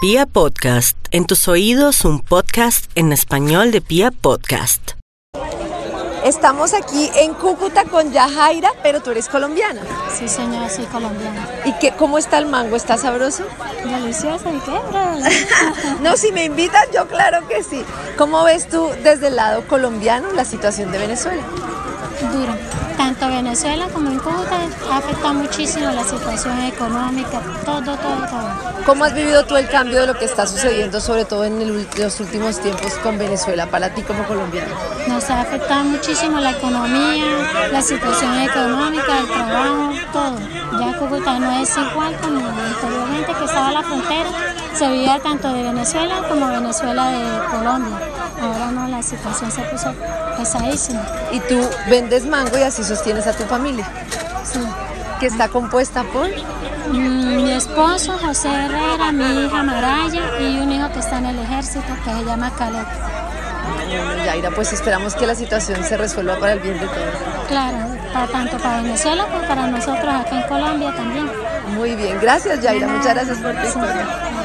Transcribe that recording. Pia Podcast, en tus oídos un podcast en español de Pia Podcast. Estamos aquí en Cúcuta con Yajaira, pero tú eres colombiana. Sí, señor, soy colombiana. ¿Y qué, cómo está el mango? ¿Está sabroso? Deliciosa, ¿y qué? No, si me invitan, yo claro que sí. ¿Cómo ves tú desde el lado colombiano la situación de Venezuela? Duro. Tanto Venezuela como en Cúcuta ha afectado muchísimo la situación económica, todo, todo, todo. ¿Cómo has vivido tú el cambio de lo que está sucediendo, sobre todo en el ul- los últimos tiempos con Venezuela, para ti como colombiana? Nos ha afectado muchísimo la economía, la situación económica, el trabajo, todo. Ya Cúcuta no es igual como anteriormente que estaba la frontera. Se vivía tanto de Venezuela como Venezuela de Colombia. Ahora no, la situación se puso pesadísima. Y tú vendes mango y así sostienes a tu familia, Sí. que está compuesta por... Mm, Mi esposo José Herrera, mi hija Maraya y un hijo que está en el ejército que se llama Caleb. Bueno, Yaira, pues esperamos que la situación se resuelva para el bien de todos. Claro, para tanto para Venezuela como para nosotros acá en Colombia también. Muy bien, gracias Yaira, muchas gracias por tu historia. Sí.